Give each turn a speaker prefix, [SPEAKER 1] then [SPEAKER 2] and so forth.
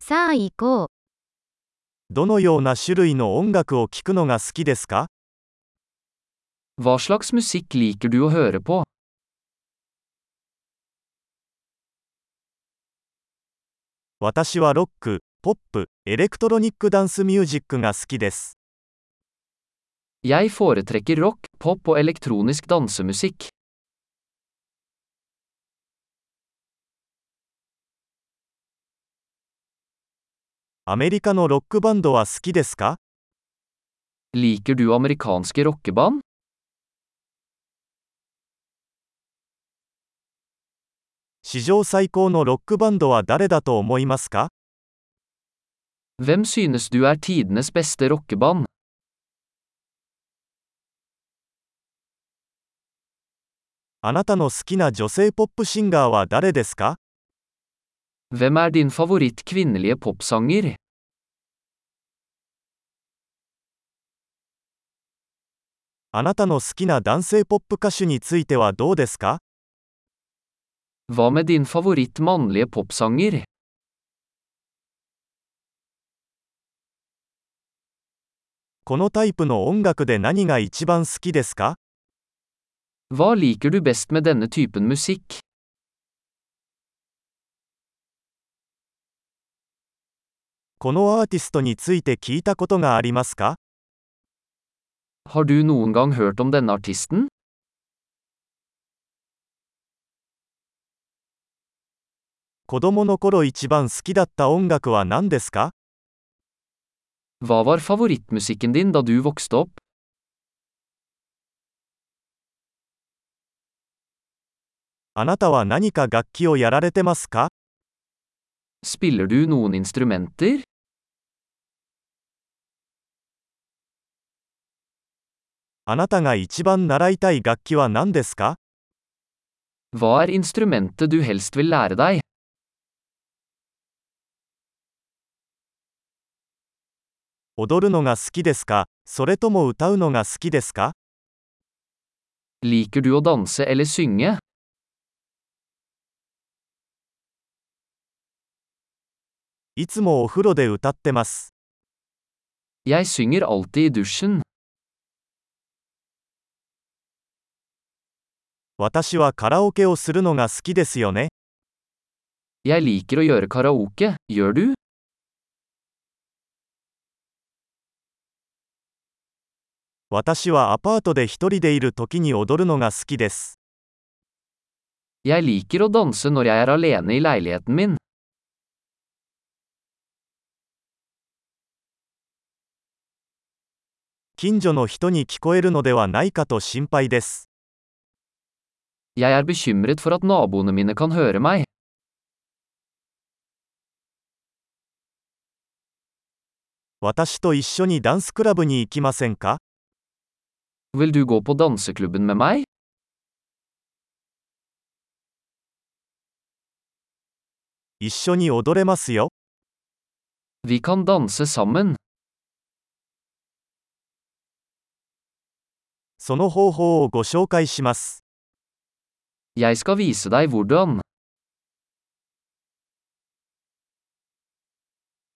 [SPEAKER 1] さあ行こう。
[SPEAKER 2] どのような種類の音楽を聴くのが好きですか
[SPEAKER 3] Hva slags musikk liker du å høre på?
[SPEAKER 2] 私はロック、ポップ、エレクトロニックダンスミュージックが好きです。
[SPEAKER 3] Jeg foretrekker rock, pop og elektronisk dansemusikk.
[SPEAKER 2] アメリカのロックバンドは好きですか
[SPEAKER 3] Liker du amerikanske rockeband?
[SPEAKER 2] 史上最高のロックバンドは誰だと思いますか
[SPEAKER 3] Hvem synes du er tidenes beste rockeband?
[SPEAKER 2] あなたの好きな女性ポップシンガーは誰ですか
[SPEAKER 3] Hvem er din favoritt kvinnelige popsanger?
[SPEAKER 2] あなたの好きな男性ポップ歌手についてはどうですか
[SPEAKER 3] Hva med din favoritt mannlige popsanger?
[SPEAKER 2] このタイプの音楽で何が一番好きですか
[SPEAKER 3] Hva liker du best med denne typen musikk?
[SPEAKER 2] このアーティストについて聞いたことがありますか
[SPEAKER 3] Har du noen gang hørt om denne artisten?
[SPEAKER 2] 子供の頃一番好きだった音楽は何ですか
[SPEAKER 3] Hva var favorittmusikken din da du vokste opp?
[SPEAKER 2] あなたは何か楽器をやられてますか
[SPEAKER 3] Spiller du noen instrumenter?
[SPEAKER 2] あなたが一番習いたい楽器は何ですか
[SPEAKER 3] Hva er instrumentet du helst vil lære deg?
[SPEAKER 2] 踊るのが好きですかそれとも歌うのが好きですか
[SPEAKER 3] Liker du å danse eller synge?
[SPEAKER 2] いつもお風呂で歌ってます。
[SPEAKER 3] Jeg synger alltid i dusjen.
[SPEAKER 2] 私はカラオケをするのが好きですよね。
[SPEAKER 3] Jeg liker å gjøre karaoke, gjør du?
[SPEAKER 2] 私はアパートで一人でいる時に踊るのが好きです。
[SPEAKER 3] Jeg liker å danse når jeg er alene i leiligheten min.
[SPEAKER 2] 近所の人に聞こえるのではないかと心配です。
[SPEAKER 3] Jeg er bekymret for at naboene mine kan høre meg.
[SPEAKER 2] 私と一緒にダンスクラブに行きませんか
[SPEAKER 3] Vil du gå på danseklubben med meg?
[SPEAKER 2] 一緒に踊れますよ。
[SPEAKER 3] Vi kan danse sammen.
[SPEAKER 2] その方法をご紹介します。
[SPEAKER 3] Jeg skal vise deg hvordan.